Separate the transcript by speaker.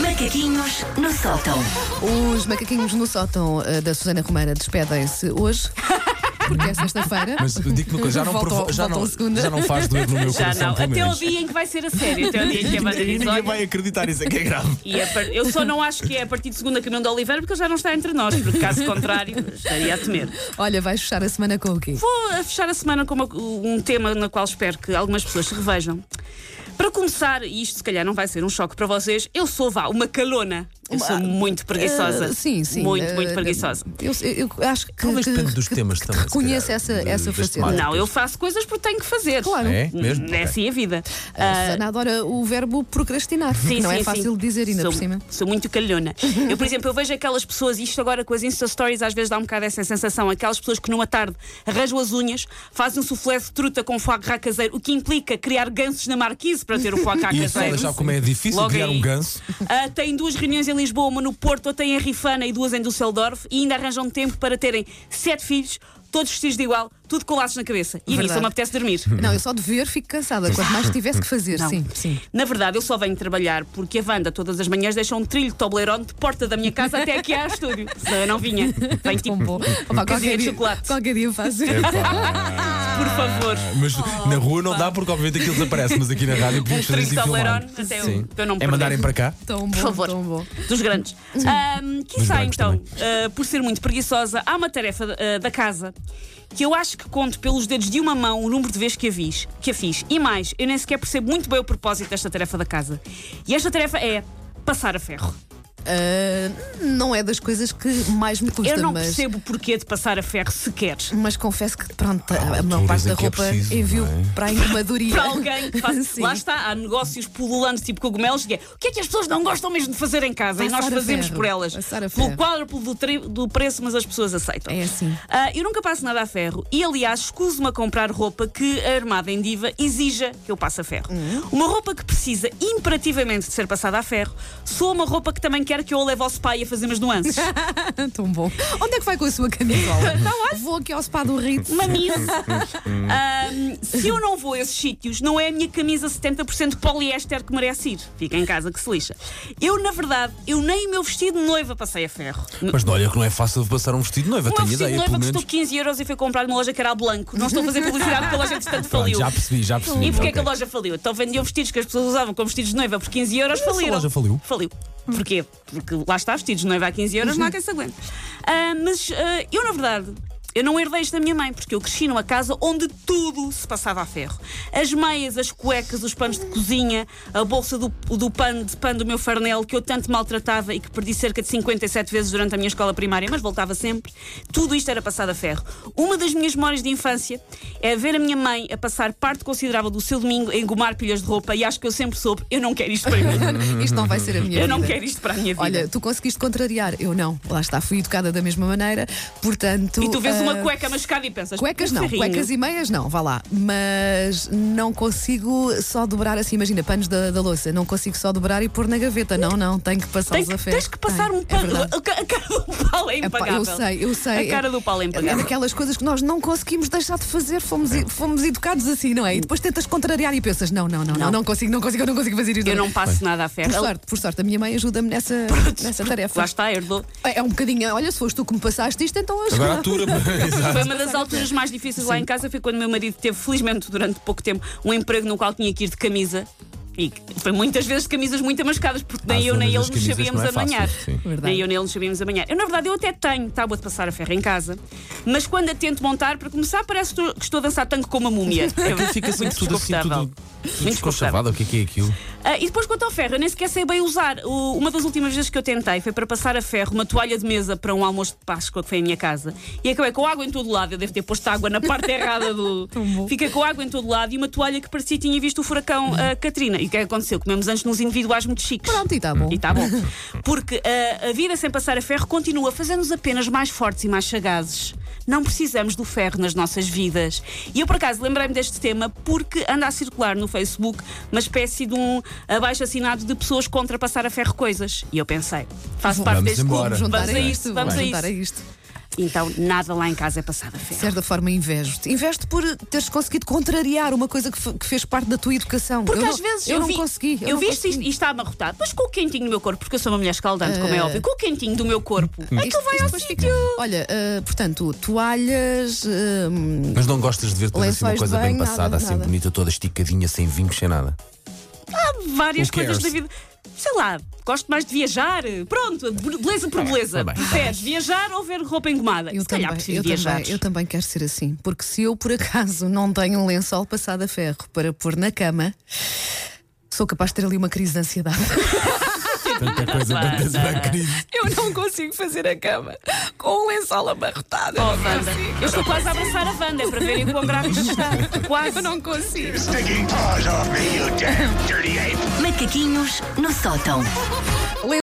Speaker 1: Macaquinhos no sótão.
Speaker 2: Os macaquinhos no sótão eh, da Susana Romana despedem-se hoje, porque é sexta-feira.
Speaker 3: Mas digo-te uma coisa, já não,
Speaker 2: Voltam-
Speaker 3: provo- já,
Speaker 2: voltam
Speaker 3: não,
Speaker 2: ao segundo.
Speaker 3: já não faz doer no meu
Speaker 4: Já
Speaker 3: coração,
Speaker 4: não.
Speaker 3: pelo
Speaker 4: Até o
Speaker 3: menos.
Speaker 4: dia em que vai ser a sério. Até o dia em que a banda
Speaker 3: E
Speaker 4: diz,
Speaker 3: ninguém
Speaker 4: "Olha,
Speaker 3: vai acreditar, isso é que é grave.
Speaker 4: e a par- Eu só não acho que é a partir de segunda Caminho de Oliveira, porque ele já não está entre nós, porque caso contrário, estaria a temer.
Speaker 2: Olha, vais fechar a semana com o quê?
Speaker 4: Vou a fechar a semana com uma- um tema na qual espero que algumas pessoas se revejam. Para começar, e isto se calhar não vai ser um choque para vocês, eu sou, vá, uma calona. Eu sou muito preguiçosa.
Speaker 2: Eh, sim, sim.
Speaker 4: Muito,
Speaker 2: eh,
Speaker 4: muito preguiçosa.
Speaker 2: Eu, eu acho que,
Speaker 3: Talvez
Speaker 2: que,
Speaker 3: depende dos
Speaker 2: que-
Speaker 3: temas
Speaker 2: que
Speaker 3: também, se
Speaker 2: reconheço
Speaker 3: calhar,
Speaker 2: essa,
Speaker 3: de-
Speaker 2: essa
Speaker 3: deste
Speaker 2: facilidade.
Speaker 3: mal.
Speaker 4: Não, eu faço coisas porque tenho que fazer.
Speaker 2: Claro.
Speaker 3: É? Mesmo?
Speaker 4: É assim a vida.
Speaker 2: A
Speaker 4: Ah,
Speaker 2: Susana adora o verbo procrastinar.
Speaker 4: Sim,
Speaker 2: não
Speaker 4: sim,
Speaker 2: é
Speaker 4: sim.
Speaker 2: fácil de dizer, ainda
Speaker 4: sou,
Speaker 2: por cima.
Speaker 4: Sou muito calhona. Eu, por exemplo, eu vejo aquelas pessoas, isto agora com as Insta Stories às vezes dá um bocado essa sensação, aquelas pessoas que numa tarde arranjam as unhas, fazem um soufflé de truta com foie gras caseiro, o que implica criar gansos na marquise para ter o foie gras
Speaker 3: E é só
Speaker 4: caseiro.
Speaker 3: deixar como é difícil
Speaker 4: Logo
Speaker 3: criar
Speaker 4: aí.
Speaker 3: um ganso.
Speaker 4: Ah, têm duas reuniões em Lisboa, uma no Porto, outra em Rifana e duas em Düsseldorf e ainda arranjam tempo para terem sete filhos, todos vestidos de igual, tudo com laços na cabeça. E a mim
Speaker 2: Verdade.
Speaker 4: só me apetece dormir.
Speaker 2: Não, eu só de ver fico cansada, quanto mais tivesse que fazer.
Speaker 4: Não.
Speaker 2: Sim, sim.
Speaker 4: Na verdade, eu só venho trabalhar porque a Wanda todas as manhãs deixa um trilho de Toblerone de porta da minha casa até aqui ao estúdio. Senão eu não vinha. Vem tipo
Speaker 2: Bom, opa,
Speaker 4: casinha
Speaker 2: qualquer,
Speaker 4: de
Speaker 2: dia,
Speaker 4: chocolate.
Speaker 2: qualquer dia faço.
Speaker 3: É.
Speaker 4: Por favor.
Speaker 3: Mas
Speaker 4: Oh,
Speaker 3: na rua não dá porque obviamente aquilo desaparece, mas aqui na rádio podemos fazer
Speaker 4: Trilho
Speaker 3: isso
Speaker 4: de
Speaker 3: e filmar.
Speaker 4: Toblerone até eu,
Speaker 3: Sim.
Speaker 4: para eu não
Speaker 3: É
Speaker 4: perder.
Speaker 3: mandarem para cá.
Speaker 2: Tão bom,
Speaker 4: favor.
Speaker 2: tão bom.
Speaker 4: Dos grandes. Ahm, quiçá
Speaker 3: brancos
Speaker 4: então, ah, por ser muito preguiçosa, há uma tarefa ah, da casa que eu acho que conto pelos dedos de uma mão o número de vezes que a, fiz, que a fiz. E mais, eu nem sequer percebo muito bem o propósito desta tarefa da casa. E esta tarefa é passar a ferro.
Speaker 2: Ah, não é das coisas que mais me custa,
Speaker 4: Eu não
Speaker 2: mas.
Speaker 4: percebo o porquê de passar a ferro sequer.
Speaker 2: Mas confesso que pronto,
Speaker 3: Há
Speaker 2: a maior
Speaker 3: alturas
Speaker 2: parte da
Speaker 3: em que é
Speaker 2: roupa
Speaker 3: preciso,
Speaker 2: envio
Speaker 3: não é?
Speaker 2: para a encomadoria.
Speaker 4: para alguém que faça.
Speaker 2: Sim.
Speaker 4: Lá está, há negócios pululantes tipo cogumelos que é o que é que as pessoas não gostam mesmo de fazer em casa e
Speaker 2: Passar
Speaker 4: nós
Speaker 2: a
Speaker 4: fazemos
Speaker 2: ferro.
Speaker 4: por elas.
Speaker 2: Passar a ferro.
Speaker 4: Pelo quádruplo do, tri- do preço, mas as pessoas aceitam.
Speaker 2: É assim.
Speaker 4: Ah, eu nunca passo nada a ferro e, aliás, escuso-me a comprar roupa que a Armada em Diva exija que eu passe a ferro.
Speaker 2: Hum.
Speaker 4: Uma roupa que precisa imperativamente de ser passada a ferro, sou uma roupa que também quer que eu a leve ao spa e a fazer umas nuances.
Speaker 2: Tão bom. Onde é que vai com a sua camisola? Vou aqui ao spa do Ritz.
Speaker 4: Mamise.
Speaker 3: Hum,
Speaker 4: Ahm, se eu não vou a esses sítios, não é a minha camisa 70% poliéster que merece ir. Fica em casa que se lixa. Eu, na verdade, eu nem o meu vestido de noiva passei a ferro.
Speaker 3: Mas não, olha que não é fácil de passar um vestido de noiva,
Speaker 4: O meu
Speaker 3: tenho
Speaker 4: vestido de
Speaker 3: ideia,
Speaker 4: noiva
Speaker 3: pelo
Speaker 4: custou
Speaker 3: menos.
Speaker 4: 15 euros e foi comprado numa loja que era a Blanco. Não estou a fazer publicidade porque a loja entretanto
Speaker 3: Pronto,
Speaker 4: faliu.
Speaker 3: já percebi, já percebi.
Speaker 4: E porquê que a
Speaker 3: ok.
Speaker 4: loja faliu? Então vendiam vestidos que as pessoas usavam como vestidos de noiva por 15 euros, faliram.
Speaker 3: loja faliu?
Speaker 4: Faliu. Porquê? Porque lá está, vestidos de noiva a 15 euros, não há quem se aguente. Ah, mas ah, eu, na verdade. Eu não herdei isto da minha mãe, porque eu cresci numa casa onde tudo se passava a ferro. As meias, as cuecas, os panos de cozinha, a bolsa do, do pano de pano do meu farnel, que eu tanto maltratava e que perdi cerca de 57 vezes durante a minha escola primária, mas voltava sempre. Tudo isto era passado a ferro. Uma das minhas memórias de infância é ver a minha mãe a passar parte considerável do seu domingo a engomar pilhas de roupa e acho que eu sempre soube, eu não quero isto para mim.
Speaker 3: Uhum.
Speaker 2: Isto não vai ser a minha
Speaker 4: Eu não
Speaker 2: vida.
Speaker 4: quero isto para a minha vida.
Speaker 2: Olha, tu conseguiste contrariar. Eu não. Lá está, fui educada da mesma maneira. Portanto.
Speaker 4: e tu vês uma
Speaker 2: ah,
Speaker 4: cueca machucada e pensas.
Speaker 2: Cuecas
Speaker 4: "Um
Speaker 2: não,
Speaker 4: ferrinho."
Speaker 2: cuecas e meias não, vá lá. Mas não consigo só dobrar assim, imagina, panos da, da louça. Não consigo só dobrar e pôr na gaveta. Não, não, tenho que
Speaker 4: Tem
Speaker 2: passá-los
Speaker 4: que,
Speaker 2: a ferro.
Speaker 4: tens que passar
Speaker 2: Tenho,
Speaker 4: um
Speaker 2: É
Speaker 4: pano.
Speaker 2: verdade.
Speaker 4: a ca- a cara do pau é
Speaker 2: É pá,
Speaker 4: impagável.
Speaker 2: Eu sei, eu sei.
Speaker 4: A cara do pau é
Speaker 2: É
Speaker 4: impagável.
Speaker 2: daquelas coisas que nós não conseguimos deixar de fazer, fomos, fomos educados assim, não é? E depois tentas contrariar e pensas: não, não, não, não,
Speaker 4: Não.
Speaker 2: não consigo, não consigo, eu não consigo fazer isto.
Speaker 4: Eu não passo nada a
Speaker 2: Por
Speaker 4: ferro.
Speaker 2: sorte, por sorte, a minha mãe ajuda-me nessa, nessa tarefa.
Speaker 4: Lá está, herdou.
Speaker 2: É é um bocadinho, olha, se foste tu que me passaste isto, então ajuda.
Speaker 3: Agora atura, exato.
Speaker 4: Foi uma das alturas mais difíceis lá em casa. Foi quando meu marido teve, felizmente, durante pouco tempo, um emprego no qual tinha que ir de camisa. E que foi muitas vezes de camisas muito amascadas, porque
Speaker 3: Há
Speaker 4: nem eu nem ele
Speaker 3: zonas das
Speaker 4: nos
Speaker 3: camisas que
Speaker 4: sabíamos
Speaker 3: não é fácil,
Speaker 4: amanhar.
Speaker 3: sim.
Speaker 2: Verdade.
Speaker 4: Nem eu nem ele nos sabíamos amanhar. Eu, na verdade, eu até tenho tábua de passar a ferro em casa, mas quando a tento montar, para começar, parece que estou- que estou a dançar tango com uma múmia.
Speaker 3: Aquilo fica assim
Speaker 4: Muito
Speaker 3: tudo assim,
Speaker 4: desconfortável.
Speaker 3: tudo tudo
Speaker 4: Muito
Speaker 3: desconchavado. O que é que é aquilo?
Speaker 4: Ah, e depois quanto ao ferro, eu nem sequer sei bem usar. O- uma das últimas vezes que eu tentei foi para passar a ferro uma toalha de mesa para um almoço de Páscoa que foi em minha casa. E acabei com água em todo lado. Eu devo ter posto água na parte errada do.
Speaker 2: bom.
Speaker 4: Fica com água em todo lado e uma toalha que parecia que tinha visto o furacão ah, Katrina. E o que é que aconteceu? Comemos antes nos individuais muito chiques.
Speaker 2: Pronto, e está bom.
Speaker 4: E tá. está bom. Porque ah, a vida sem passar a ferro continua a fazer-nos apenas mais fortes e mais sagazes. Não precisamos do ferro nas nossas vidas. E eu, por acaso, lembrei-me deste tema porque anda a circular no Facebook uma espécie de um abaixo-assinado de pessoas contra passar a ferro coisas. E eu pensei, faço parte
Speaker 3: Vamos
Speaker 4: deste
Speaker 3: embora.
Speaker 4: clube,
Speaker 2: Vamos juntar
Speaker 4: vamos
Speaker 2: a
Speaker 4: a
Speaker 2: isto,
Speaker 4: isso, vamos
Speaker 2: vamos
Speaker 4: a
Speaker 2: juntar a
Speaker 4: isso.
Speaker 2: isto.
Speaker 4: Então nada lá em casa é passado a ferro.
Speaker 2: De certa forma, invejo-te. Invejo-te por teres conseguido contrariar uma coisa que, fe- que fez parte da tua educação.
Speaker 4: Porque
Speaker 2: eu
Speaker 4: às
Speaker 2: não,
Speaker 4: vezes
Speaker 2: eu, não
Speaker 4: vi,
Speaker 2: consegui.
Speaker 4: Eu,
Speaker 2: não
Speaker 4: vi isto
Speaker 2: consegui. Eh,
Speaker 4: e está amarrotado, mas com o quentinho do meu corpo, porque eu sou uma mulher escaldante, como é óbvio, com o quentinho do meu corpo,
Speaker 1: É
Speaker 4: aquilo vai ao
Speaker 2: hum. depois fica-
Speaker 4: sítio.
Speaker 2: Olha, eh, portanto, toalhas. eh,
Speaker 3: Mas não gostas de ver toda assim uma
Speaker 2: Lençóis de
Speaker 3: coisa bem
Speaker 2: banho, nada,
Speaker 3: passada, assim
Speaker 2: nada.
Speaker 3: bonita, toda esticadinha, sem vinhos, sem nada.
Speaker 4: Várias
Speaker 3: Who cares?
Speaker 4: coisas da vida. Sei lá, gosto mais de viajar. Pronto, beleza por
Speaker 3: tá
Speaker 4: beleza.
Speaker 3: bem, tá
Speaker 4: Preferes viajar ou ver roupa engomada?
Speaker 2: eu
Speaker 4: Se calhar
Speaker 2: também,
Speaker 4: prefiro
Speaker 2: eu,
Speaker 4: viajar.
Speaker 2: também, eu também quero ser assim, porque se eu por acaso não tenho um lençol passado a ferro para pôr na cama, sou capaz de ter ali uma crise de ansiedade.
Speaker 3: Tanta coisa, tanta
Speaker 4: Nada.
Speaker 3: crise.
Speaker 1: Eu não consigo fazer a cama com um lençol abarrotado.
Speaker 4: Oh, Wanda, eu estou quase a abraçar a Wanda, é para verem o quão grave isto está. Quase.
Speaker 1: Eu não consigo.
Speaker 5: sticking paws off me, you damn dirty ape!
Speaker 6: Macaquinhos no sótão.